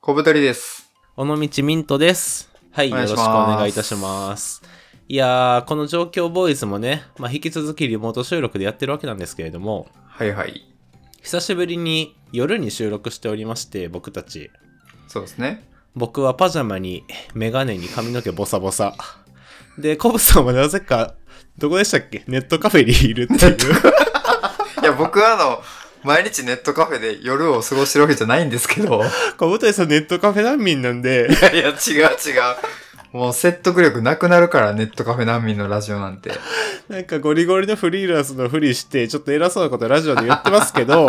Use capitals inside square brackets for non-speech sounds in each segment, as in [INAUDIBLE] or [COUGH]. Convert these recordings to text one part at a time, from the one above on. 小太りです。尾道ミントです。はい、およ願ろいししまくすお願いいたします。いやー、この状況ボーイズもね、まあ、引き続きリモート収録でやってるわけなんですけれども、はいはい。久しぶりに夜に収録しておりまして、僕たち。そうですね。僕はパジャマに、メガネに髪の毛ボサボサ。で、コブさんはなぜか、どこでしたっけネットカフェにいるっ [LAUGHS] ていう。いや、僕はあの、毎日ネットカフェで夜を過ごしてるわけじゃないんですけど。小太りさんネットカフェ難民なんで、いや、違う違う。もう説得力なくなるから、ネットカフェ難民のラジオなんて。なんかゴリゴリのフリーランスのふりして、ちょっと偉そうなことラジオで言ってますけ [LAUGHS] ど、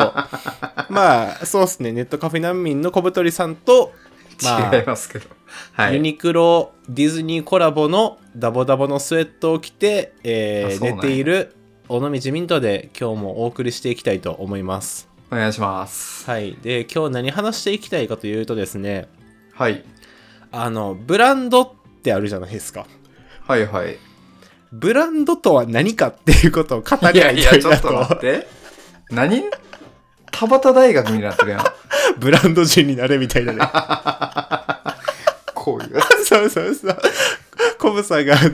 まあ、そうっすね、ネットカフェ難民の小太りさんと、まあ違いますけど。はユい。ニクロ、ディズニーコラボのダボダボのスウェットを着て、えあそーうなんや寝ている尾道ミントで今日もお送りしていきたいと思います。お願いします。はい。で、今日何話していきたいかというとですね、はい。あの、ブランドってあるじゃないですか。はいはい。ブランドとは何かっていうことを語り合いいやたいいなと。や、ちょっと待って。何田端大学になってるやん。 [LAUGHS] ブランド人になれみたいなね。こういう。 [LAUGHS] そうそうそう。コブさんがあの、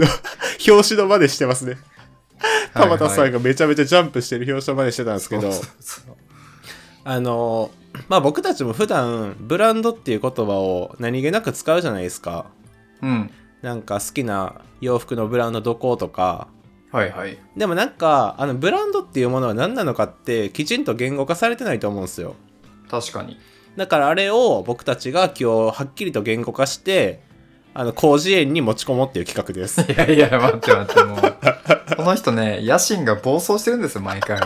[LAUGHS] 表紙のまでしてますね。田畑さんがめちゃめちゃジャンプしてる表紙までしてたんですけど、そうそうそうあの、まあ僕たちも普段ブランドっていう言葉を何気なく使うじゃないですか。うん。なんか好きな洋服のブランドどことか。はいはい。でもなんか、あのブランドっていうものは何なのかってきちんと言語化されてないと思うんですよ。確かに。だからあれを僕たちが今日はっきりと言語化して、あの、広辞苑に持ち込もうっていう企画です。いやいや、待って待って、もう。 [LAUGHS] この人ね、野心が暴走してるんですよ、毎回。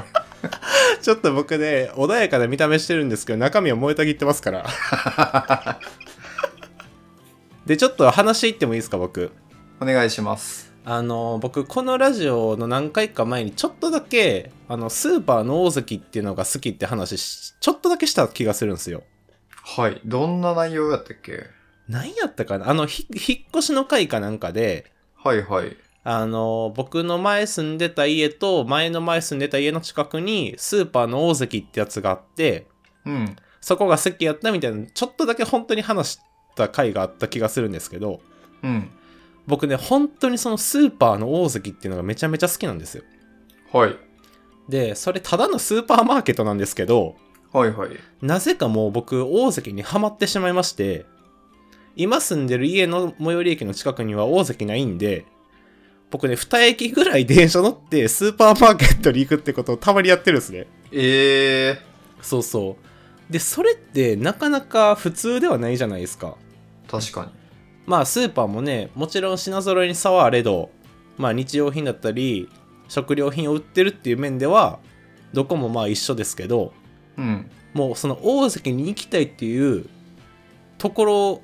ちょっと僕ね、穏やかな見た目してるんですけど、中身は燃えたぎってますから。で、ちょっと話いってもいいですか、僕。お願いします。あの、僕、このラジオの何回か前に、ちょっとだけ、あの、スーパーの大関っていうのが好きって話し、ちょっとだけした気がするんですよ。はい。どんな内容やったっけ何やったかなあの、ひ引っ越しの回かなんかで、はいはい。あの、僕の前住んでた家と、前の前住んでた家の近くに、スーパーの大関ってやつがあって、うん。そこが好きやったみたいな、ちょっとだけ本当に話した回があった気がするんですけど、うん。僕ね、本当にそのスーパーの大関っていうのがめちゃめちゃ好きなんですよ。はい。で、それただのスーパーマーケットなんですけど、はいはい。なぜかもう僕、大関にハマってしまいまして、今住んでる家の最寄り駅の近くには大関ないんで、僕ね、2駅ぐらい電車乗ってスーパーマーケットに行くってことをたまにやってるんですね。ええそうそう。で、それってなかなか普通ではないじゃないですか。ー、確かに。まあスーパーもねもちろん品揃えに差はあれどまあ日用品だったり食料品を売ってるっていう面ではどこもまあ一緒ですけどうん。もうその大関に行きたいっていうとこ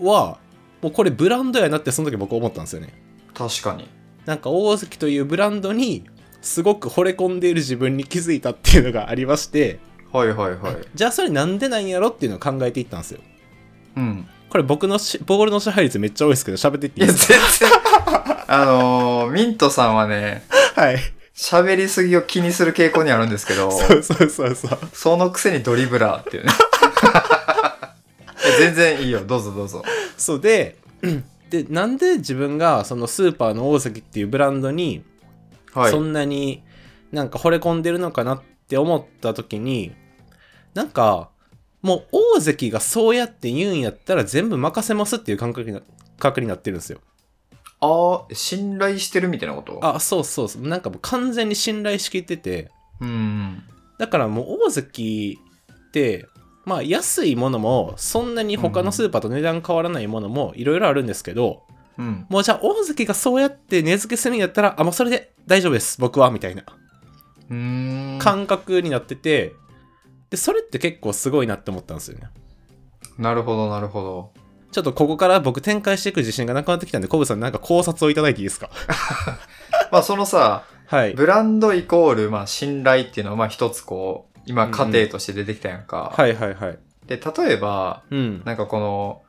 ろはもうこれブランドやなってその時僕思ったんですよね確かに。なんか大関というブランドにすごく惚れ込んでいる自分に気づいたっていうのがありましてはいはいはい。じゃあそれなんでなんやろっていうのを考えていったんですようん。これ僕のしボールの支配率めっちゃ多いですけど喋っていっていいいや、です全然。 [LAUGHS] あのー、ミントさんはね、かはい喋りすぎを気にする傾向にあるんですけど、 [LAUGHS] そうそうそうそうそのくせにドリブラーって [LAUGHS] いうね。全然いいよ、どうぞどうぞ。そうででなんで自分がそのスーパーの大関っていうブランドにはい。そんなになんか惚れ込んでるのかなって思った時になんかもう大関がそうやって言うんやったら全部任せますっていう感覚にな感覚になってるんですよああ、信頼してるみたいなことあそうそうそうなんかもう完全に信頼しきっててうん。だからもう大関ってまあ安いものもそんなに他のスーパーと値段変わらないものもいろいろあるんですけど、うん。もうじゃあ大関がそうやって値付けするんやったらあもうそれで大丈夫です僕はみたいなうーん。感覚になってて、でそれって結構すごいなって思ったんですよねなるほど、なるほど。ちょっとここから僕展開していく自信がなくなってきたんでコブさんなんか考察をいただいていいですかまあ、そのさ、はいブランドイコール、まあ、信頼っていうのは、まあ、一つこう、今、過程として出てきたやんか。はいはいはいで、例えば、うんなんかこの、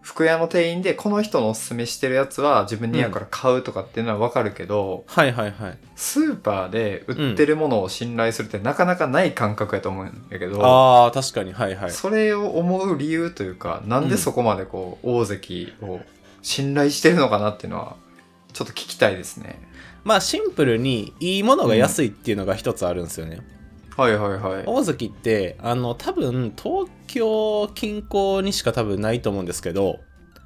服屋の店員でこの人のおすすめしてるやつは自分に合うから買うとかっていうのはわかるけど、はいはいはい。スーパーで売ってるものを信頼するってなかなかない感覚やと思うんやけど、ああ、確かに、はいはい。それを思う理由というかなんでそこまでこう大関を信頼してるのかなっていうのはちょっと聞きたいですね。まあ、シンプルに、いいものが安いっていうのが一つあるんですよね。はいはいはい。大関って、あの、多分、東京近郊にしか多分ないと思うんですけど、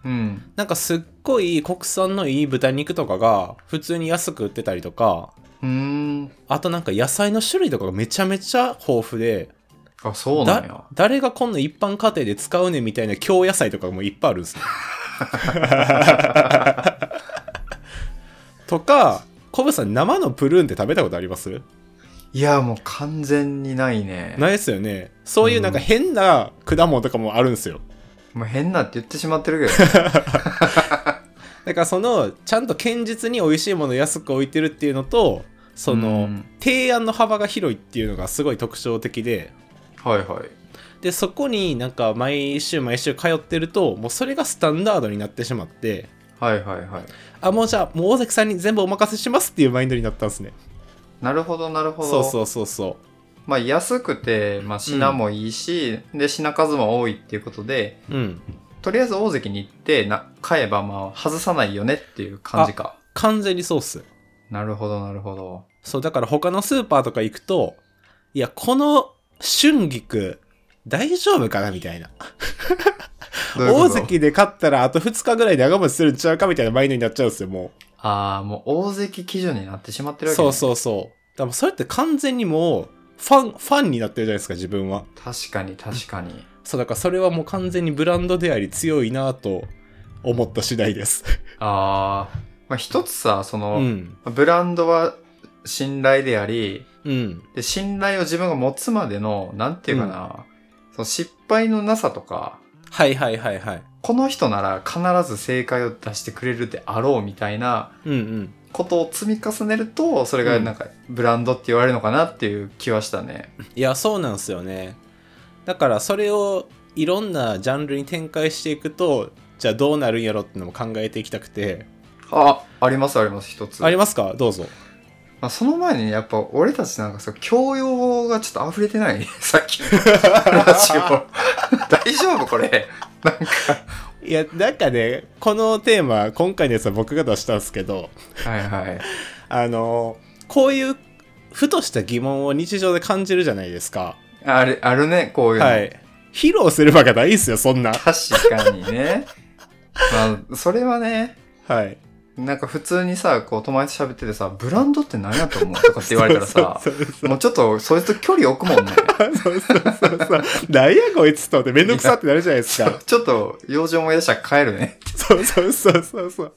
うん。なんかすっごい国産のいい豚肉とかが普通に安く売ってたりとか、うーん。あとなんか野菜の種類とかがめちゃめちゃ豊富で、あ、そうなんやだ。誰がこんな一般家庭で使うねんみたいな京野菜とかもいっぱいある [LAUGHS] んですよとかコブさん生のプルーンって食べたことありますいや、もう完全にないね。ないですよねそういうなんか変な果物とかもあるんですよもう変なって言ってしまってる [LAUGHS] けど。だからそのちゃんと堅実に美味しいものを安く置いてるっていうのとその、うん提案の幅が広いっていうのがすごい特徴的ではいはい。でそこになんか毎週毎週通ってるともうそれがスタンダードになってしまってはいはいはい。あもうじゃあもう大関さんに全部お任せしますっていうマインドになったんですねなるほどなるほど。そうそうそうそまあ安くて、まあ品もいいし、で、品数も多いっていうことで、ううんとりあえず大関に行ってな、買えばまあ外さないよねっていう感じか。完全にそうっすなるほどなるほど。そうだから他のスーパーとか行くといやこの春菊大丈夫かなみたいなどういうこと大関で勝ったらあと2日ぐらいで長持ちするんちゃうかみたいなマインドになっちゃうんですよもああ、もう大関基準になってしまってうるわけ、そうね、う。そうそうでもそれって完全にもうファンファンになってるじゃないですか自分は確かに確かに。そうだからそれはもう完全にブランドであり強いなと思った次第ですああ、まあ一つさ、そうの、んブランドは信頼であり、うんで、信頼を自分が持つまでの、なんていうかな、その失敗のなさとか、はいはいはいはいこの人なら必ず正解を出してくれるであろうみたいなうんうんことを積み重ねると、それがなんかブランドって言われるのかなっていう気はしたね。いやそうなんですよねだからそれをいろんなジャンルに展開していくとじゃあどうなるんやろってのも考えていきたくてあ、ありますあります、一つ。ありますかどうぞまあ、その前にやっぱ俺たちなんかそう教養がちょっと溢れてない [LAUGHS] さっきの話を大丈夫これいやなんかねこのテーマ今回のやつは僕が出したんですけどはいはいあのこういうふとした疑問を日常で感じるじゃないですかあれあるねこういうの、はい披露する場がないんすよそんな確かにねまあそれはねはいなんか普通にさこう友達と喋っててさブランドって何やと思うとかって言われたらさ [LAUGHS] そうそうそうもうちょっとそいつと距離置くもんねそうそうそうそうなんやこいつと思ってめんどくさってなるじゃないですか [LAUGHS] ちょっと用事思い出したら帰るねそうそうそうそうそう。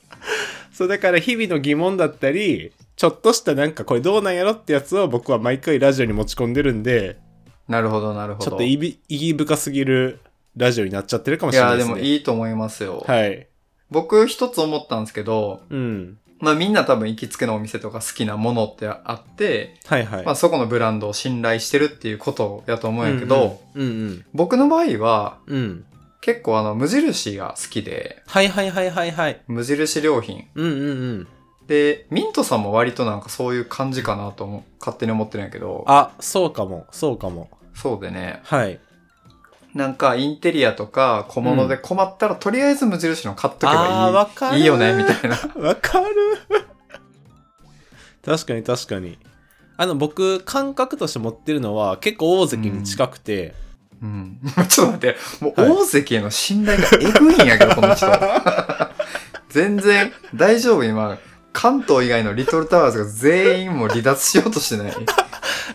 そうだから日々の疑問だったり、ちょっとしたなんかこれどうなんやろってやつを僕は毎回ラジオに持ち込んでるんで、 [LAUGHS] なるほどなるほどちょっと意義意義深すぎるラジオになっちゃってるかもいしれなやいでですもね。いいと思いますよ、はい。僕一つ思ったんですけどうん。まあみんな多分行きつけのお店とか好きなものってあって、はいはい。まあそこのブランドを信頼してるっていうことやと思うんやけど、うんうん。僕の場合はうんうん。結構あの無印が好きで、はいはいはいはいはい。無印良品。うんうんうん。で、ミントさんも割となんかそういう感じかなと思勝手に思ってるんやけど、あ、そうかも、そうかも。そうでね、はい。なんかインテリアとか小物で困ったら、とりあえず無印の買っとけあーわばかいるい。いいよね、みたいな。わかる確かに確かにあの僕感覚として持ってるのは結構大関に近くて、うん。 [LAUGHS] ちょっと待って、もうはい大関への信頼がえぐいんやけど、この [LAUGHS] 人。全然、大丈夫今、関東以外のリトルタワーズが全員もう離脱しようとして [LAUGHS] ない。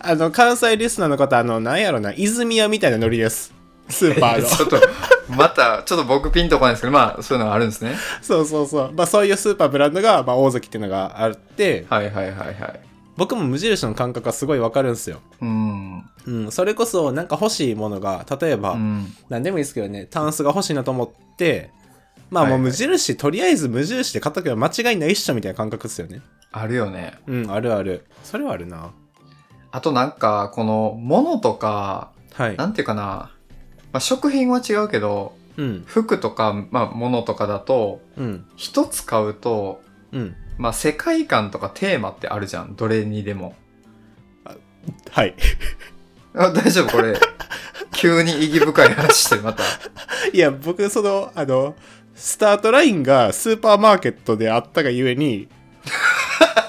あの関西リスナーの方あのなんやろな泉屋みたいなノリですスーパー [LAUGHS] のちょっと、また、ちょっと僕ピンとこないですけど、まあ、そういうのがあるんですね。そうそうそう、まあ、そういうスーパーブランドが、まあ、大関っていうのがあってはいはいはいはい。僕も無印の感覚がすごいわかるんですよ、うん。うん、それこそなんか欲しいものが例えば、うん。何でもいいですけどねタンスが欲しいなと思ってまあはいもはいう無印、とりあえず無印で買っとけば間違いないっしょみたいな感覚ですよねあるよね。うん、あるある。それはあるな。あとなんか、この、物とか、はい。なんていうかな、まあ、食品は違うけど、うん。服とか、まあ、物とかだと、うん。一つ買うと、うん。まあ、世界観とかテーマってあるじゃん。どれにでも。はい。 [LAUGHS] あ大丈夫これ。急に意義深い話してる、また。いや、僕、その、あの、スタートラインがスーパーマーケットであったがゆえ [LAUGHS] に、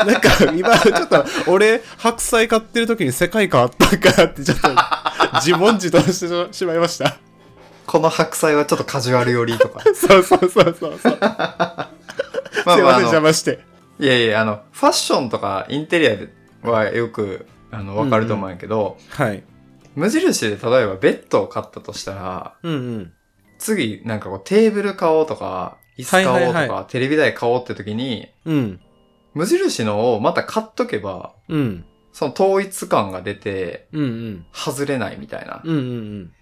なんか今、ちょっと、俺、白菜買ってる時に世界観あったんかなって、ちょっと、自問自答してしまいました。この白菜はちょっとカジュアル寄り [LAUGHS] とか。そうそうそう [LAUGHS] そうそう。まあまあ、すいません、あ邪の、魔して。いやいや、あの、ファッションとかインテリアはよく、あの、わかると思うんやけど、はい。無印で例えばベッドを買ったとしたら、うんうん。次なんかこうテーブル買おうとか、椅子買おうとか、はいはいはテレビ台買おうって時に、うん。無印のをまた買っとけば、うん。その統一感が出て、うんうん。外れないみたいな。うんうんうん。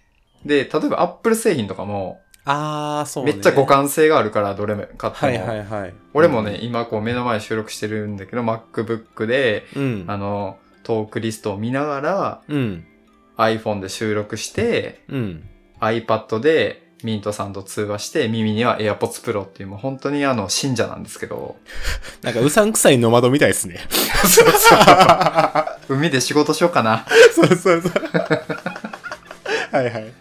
で、例えばアップル製品とかも、あー、そうめね。っちゃ互。換性があるから、どれも買っても。はいはいはい。俺もね、、今こう目の前に収録してるんだけど、MacBook で、うん。あの、トークリストを見ながら、うん。 iPhone で収録して、うん。 iPad でミントさんと通話して、耳には AirPods Pro っていう、もう本当にあの、信者なんですけど、なんか、うさんくさいノマドみたいですね。 [LAUGHS] そうそう。海で仕事しようかな。そうそうそう。はいはい。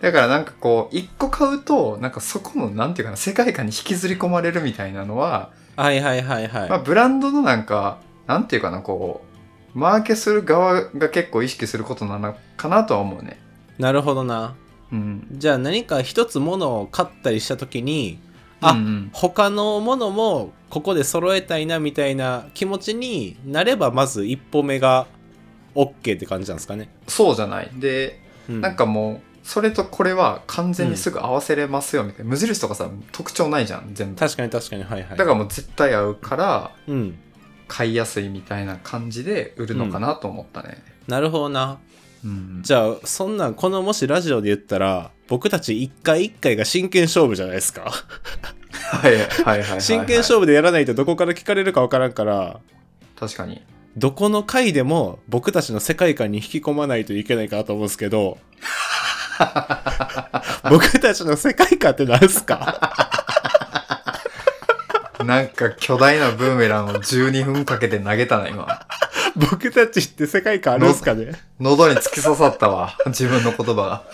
だからなんかこう、一個買うと、なんかそこの、なんていうかな、世界観に引きずり込まれるみたいなのは、はいはいはいはい。まあ、ブランドのなんか、なんていうかな、こう、マーケする側が結構意識することなのかなとは思うね。なるほどな。うん。じゃあ何か一つものを買ったりした時に、あうんうん他のものもここで揃えたいなみたいな気持ちになれば、まず一歩目が OK って感じなんですかね。そうじゃない。で、うん、なんかもう、それとこれは完全にすぐ合わせれますよ、みたいな。無印とかさ、特徴ないじゃん、全部。だ確かに確かにはいはい。からもう絶対合うから、うん。買いやすいみたいな感じで売るのかなと思ったね。なるほどな。うんじゃあそんなんこのもしラジオで言ったら僕たち一回一回が真剣勝負じゃないですか。はいはいはいはいはい。真剣勝負でやらないとどこから聞かれるかわからんから確かに。どこの回でも僕たちの世界観に引き込まないといけないかなと思うんです [LAUGHS] けど僕たちの世界観って何すかなんか巨大なブーメランを12分かけて投げたな、今。僕たちって世界観あるんすかね喉に突き刺さったわ。 [LAUGHS] 自分の言葉が。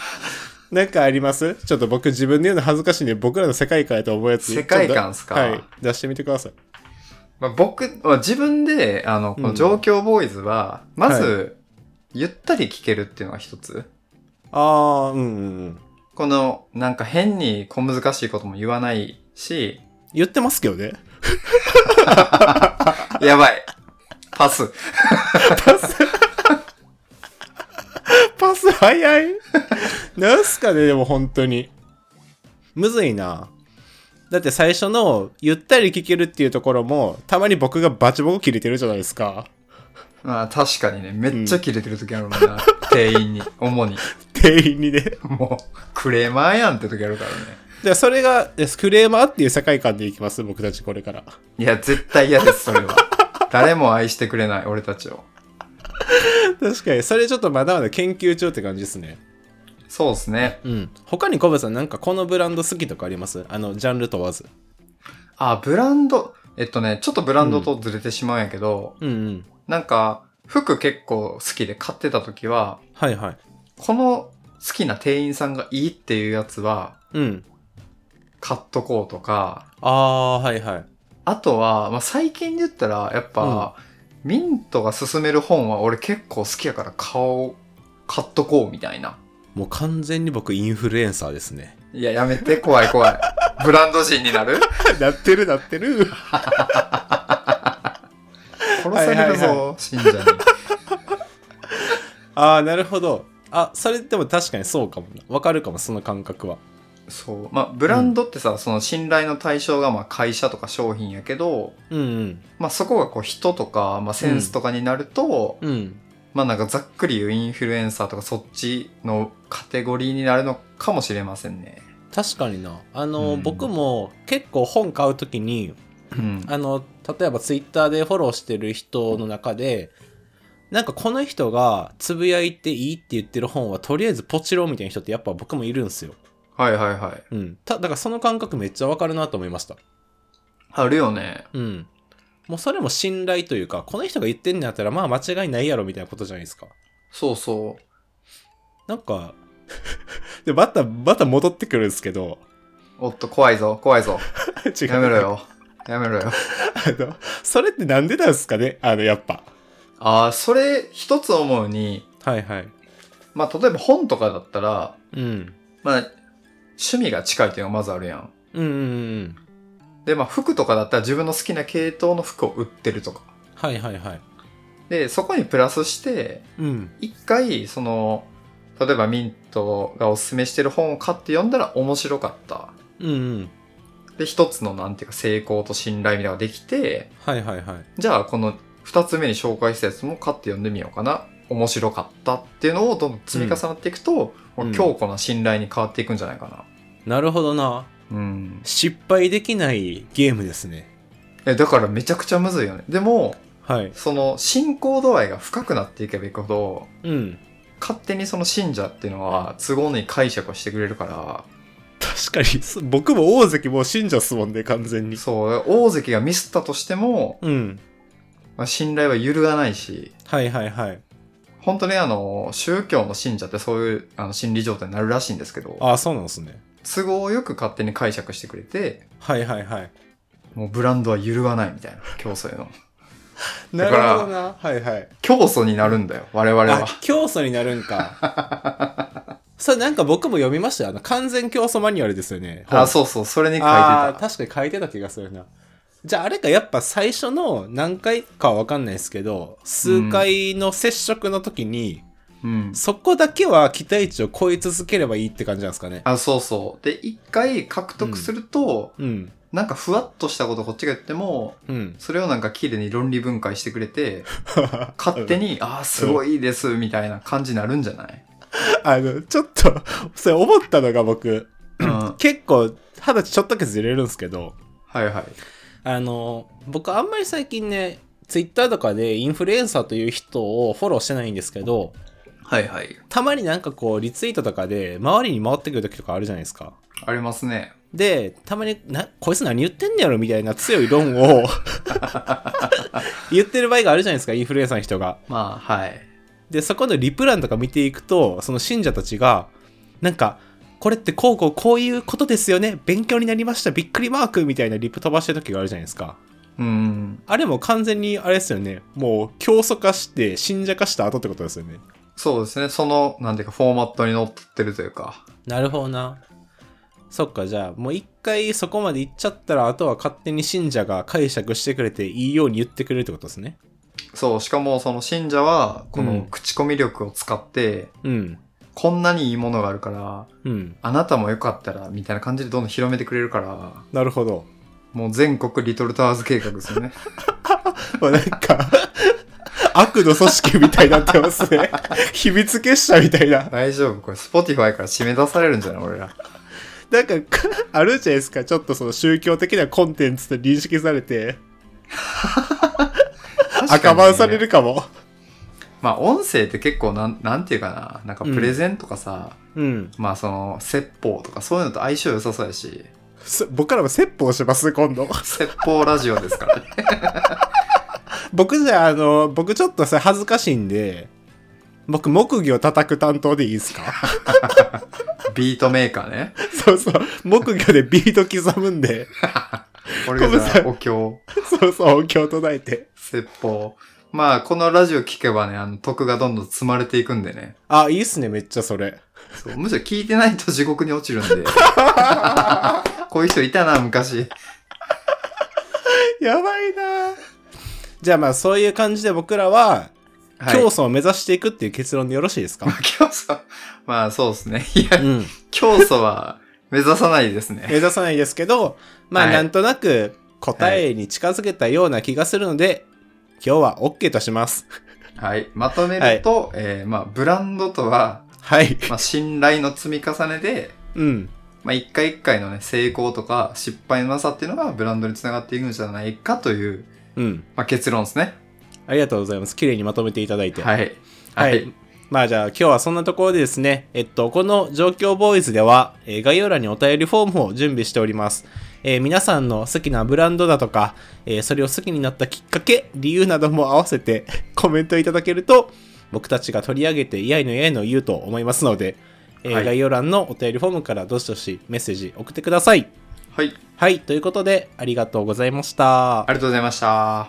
なんかありますちょっと僕自分で言うの恥ずかしいんで僕らの世界観やと思うやつ世界観っすかちょっとはい出してみてくださいまあ、僕、まあ自分で、あの、この状況ボーイズは、まず、ゆったり聞けるっていうのが一つ。ああうんうんうんこの、なんか変に小難しいことも言わない [LAUGHS] し、言ってますけどねやばい。パス。パス早い [LAUGHS] なんすかねでも本当にむずいなだって最初のゆったり聞けるっていうところもたまに僕がバチボコ切れてるじゃないですかまあ確かにね、めっちゃキレてる時あるもんな。店員に、主に。店員にねもう、クレーマーやんって時あるからね。でそれがですクレーマーっていう世界観でいきます僕たちこれからいや、絶対嫌です、それは。誰も愛してくれない、俺たちを。確かにそれちょっとまだまだ研究中って感じですねそうですね。うん他にコブさんなんかこのブランド好きとかありますあのジャンル問わずあ、ブランド、えっとね、ちょっとブランドとずれてしまうんやけど、うんうんなんか、服結構好きで買ってた時は、はいはいこの好きな店員さんがいいっていうやつは、うん買っとこうとか、ああーはいはいあとは、まあ、最近で言ったら、やっぱ、ミントが勧める本は俺結構好きやから顔、買っとこうみたいな。もう完全に僕インフルエンサーですねいや、やめて、怖い怖い。ブランド人になる [LAUGHS] なってるなってる。殺されるはいはぞ、信者に。ああ、なるほど。あ、それでも確かにそうかもな。わかるかも、その感覚は。そう。まあ、ブランドってさ、その信頼の対象がまあ会社とか商品やけど、うんうん。まあ、そこがこう人とか、まあ、センスとかになると、うん。まあなんかざっくり言うインフルエンサーとかそっちのカテゴリーになるのかもしれませんね。確かにな。あの、うん僕も結構本買うときに、うん。あの、例えばツイッターでフォローしてる人の中で、なんかこの人がつぶやいていいって言ってる本はとりあえずポチろうみたいな人ってやっぱ僕もいるんですよ。はいはいはい。うん。た、だからその感覚めっちゃわかるなと思いました。あるよね。うん。もうそれも信頼というか、この人が言ってんのやったらまあ間違いないやろみたいなことじゃないですか。そうそなんか、 [LAUGHS] で、また、また戻ってくるんですけ [LAUGHS] ど、う。おっと、怖いぞ、怖 [LAUGHS] いぞ。違う。やめろ。よ。やめろよ。 [LAUGHS] あの、それってなんでなんですかねあの、やっぱ。ああ、それ一つ思うに、はいはい。まあ、例えば本とかだったら、うん。まあ、趣味が近いっていうのがまずあるやん。うんうんうん。で、まあ、服とかだったら自分の好きな系統の服を売ってるとか。はいはいはい。で、そこにプラスして、うん。一回、その、例えばミントがおすすめしてる本を買って読んだら面白かった。うんうん。で、一つのなんていうか成功と信頼みたいなのができて、はいはいはい。じゃあこの二つ目に紹介したやつも買って読んでみようかな。面白かったっていうのをどんどん積み重なっていくと、うんもう強固な信頼に変わっていくんじゃないかなるほどな。な。うん。失敗できないゲームですね。え、だからめちゃくちゃむずいよね。でも、はい。その信仰度合いが深くなっていけばいくほど、うん。勝手にその信者っていうのは都合のいい解釈をしてくれるから、確かに、そ僕も大関もう信者っすもんね、完全に。そう、大関がミスったとしても、うん。まあ、信頼は揺るがないし、はいはいはい。本当ね、あの、宗教の信者ってそういうあの心理状態になるらしいんですけど、ああ、そうなんですね。都合よく勝手に解釈してくれて、はいはいはい。もうブランドは揺るがないみたいな、競争への。なだるからほどな。はいはい。競争になるんだよ、我々はあ。、競争になるんか。それなんか [LAUGHS] 僕も読みましたよ。あの、完全競争マニュアルですよね。あ、そうそう、それに書いてあーた。確かに書いてた気がするな。じゃああれかやっぱ最初の何回かは分かんないですけど数回の接触の時に、うん。そこだけは期待値を超え続ければいいって感じなんですかね。あ、そうそう。で、一回獲得すると、うんなんかふわっとしたことこっちが言っても、うん。それをなんか綺麗に論理分解してくれて、勝手にに、ああ、すごいです、みたいな感じになるんじゃ [LAUGHS] ない [LAUGHS] あのちょっとそれ思ったのが僕うん。は結構二十歳ちょっとずつ入れるんですけどいはい。あの僕あんまり最近ねツイッターとかでインフルエンサーという人をフォローしてないんですけどはいはい。たまになんかこうリツイートとかで周りに回ってくる時とかあるじゃないですか。ありますね。でたまにな「こいつ何言ってんねやろ」みたいな強い論を [LAUGHS] 言ってる場合があるじゃないですかインフルエンサーの人が。まあ、はい。でそこのリプランとか見ていくとその信者たちがなんか「これってこうこうこういうことですよね勉強になりましたびっくりマーク」みたいなリプ飛ばしてる時があるじゃないですか。うん。あれも完全にあれですよねもう教祖化して信者化した後ってことですよね。そうですね。その、なんていうか、フォーマットに乗っ取ってるというか。なるほどな。そっかじゃあもう一回そこまで行っちゃったらあとは勝手に信者が解釈してくれていいように言ってくれるってことですね。そう、しかもその信者は、こうんの口コミ力を使って、うん。こんなにいいものがあるから、うん。あなたもよかったら、みたいな感じでどんどん広めてくれるから、なるほど。もう全国リトルタワーズ計画ですよ [LAUGHS] ね。まあ、なんか、悪の組織みたいになってますね。 [LAUGHS] 秘密結社みたいな。大丈夫これ、スポティファイから締め出されるんじゃない俺ら。なんか、あるじゃないですか。ちょっとその宗教的なコンテンツと認識されて、赤バンされるかも。まあ音声って結構なんなんていうかななんかプレゼンとかさ、うん。まあその説法とかそういうのと相性良さそうやしす僕らも説法します、今度。説法ラジオですからね [LAUGHS] 僕じゃあ、あの、僕ちょっとさ、恥ずかしいんで、僕、木魚叩く担当でいいです [LAUGHS] かビートメーカーねそうそう。木魚でビート刻むんで、俺ごめんがなじゃさいあお経そうそう、音響唱えて。説法まあこのラジオ聞けばねあの徳がどんどん積まれていくんでねあ、いいっすね、めっちゃそれ。そうむしろ聞いてないと地獄に落ちるん [LAUGHS] でこういう人いたな昔やばいなじゃあまあそういう感じで僕らは、はい競争を目指していくっていう結論でよろしいですか競争まあそうですねいや [LAUGHS] うん。競争は目指さないですね目指さないですけど、まあはいなんとなく答えに近づけたような気がするので、今日は OK とします。はい。まとめると、えーまあ、ブランドとは、はい。 [LAUGHS] まあ、信頼の積み重ねで、うん。まあ、一回一回のね、成功とか失敗のなさっていうのがブランドにつながっていくんじゃないかという、うん。まあ、結論ですね。ありがとうございます。綺麗にまとめていただいて。はい。ははいい。まあじゃあ今日はそんなところでですね、えっと、この状況ボーイズでは、えー概要欄にお便りフォームを準備しております。えー皆さんの好きなブランドだとか、えーそれを好きになったきっかけ、理由なども合わせて [LAUGHS] コメントいただけると、僕たちが取り上げて、いやいのいやいの言うと思いますので、えーはい概要欄のお便りフォームからどしどしメッセージ送ってください。はい。ありはい、ということで、ありがとうございました。がとうございました。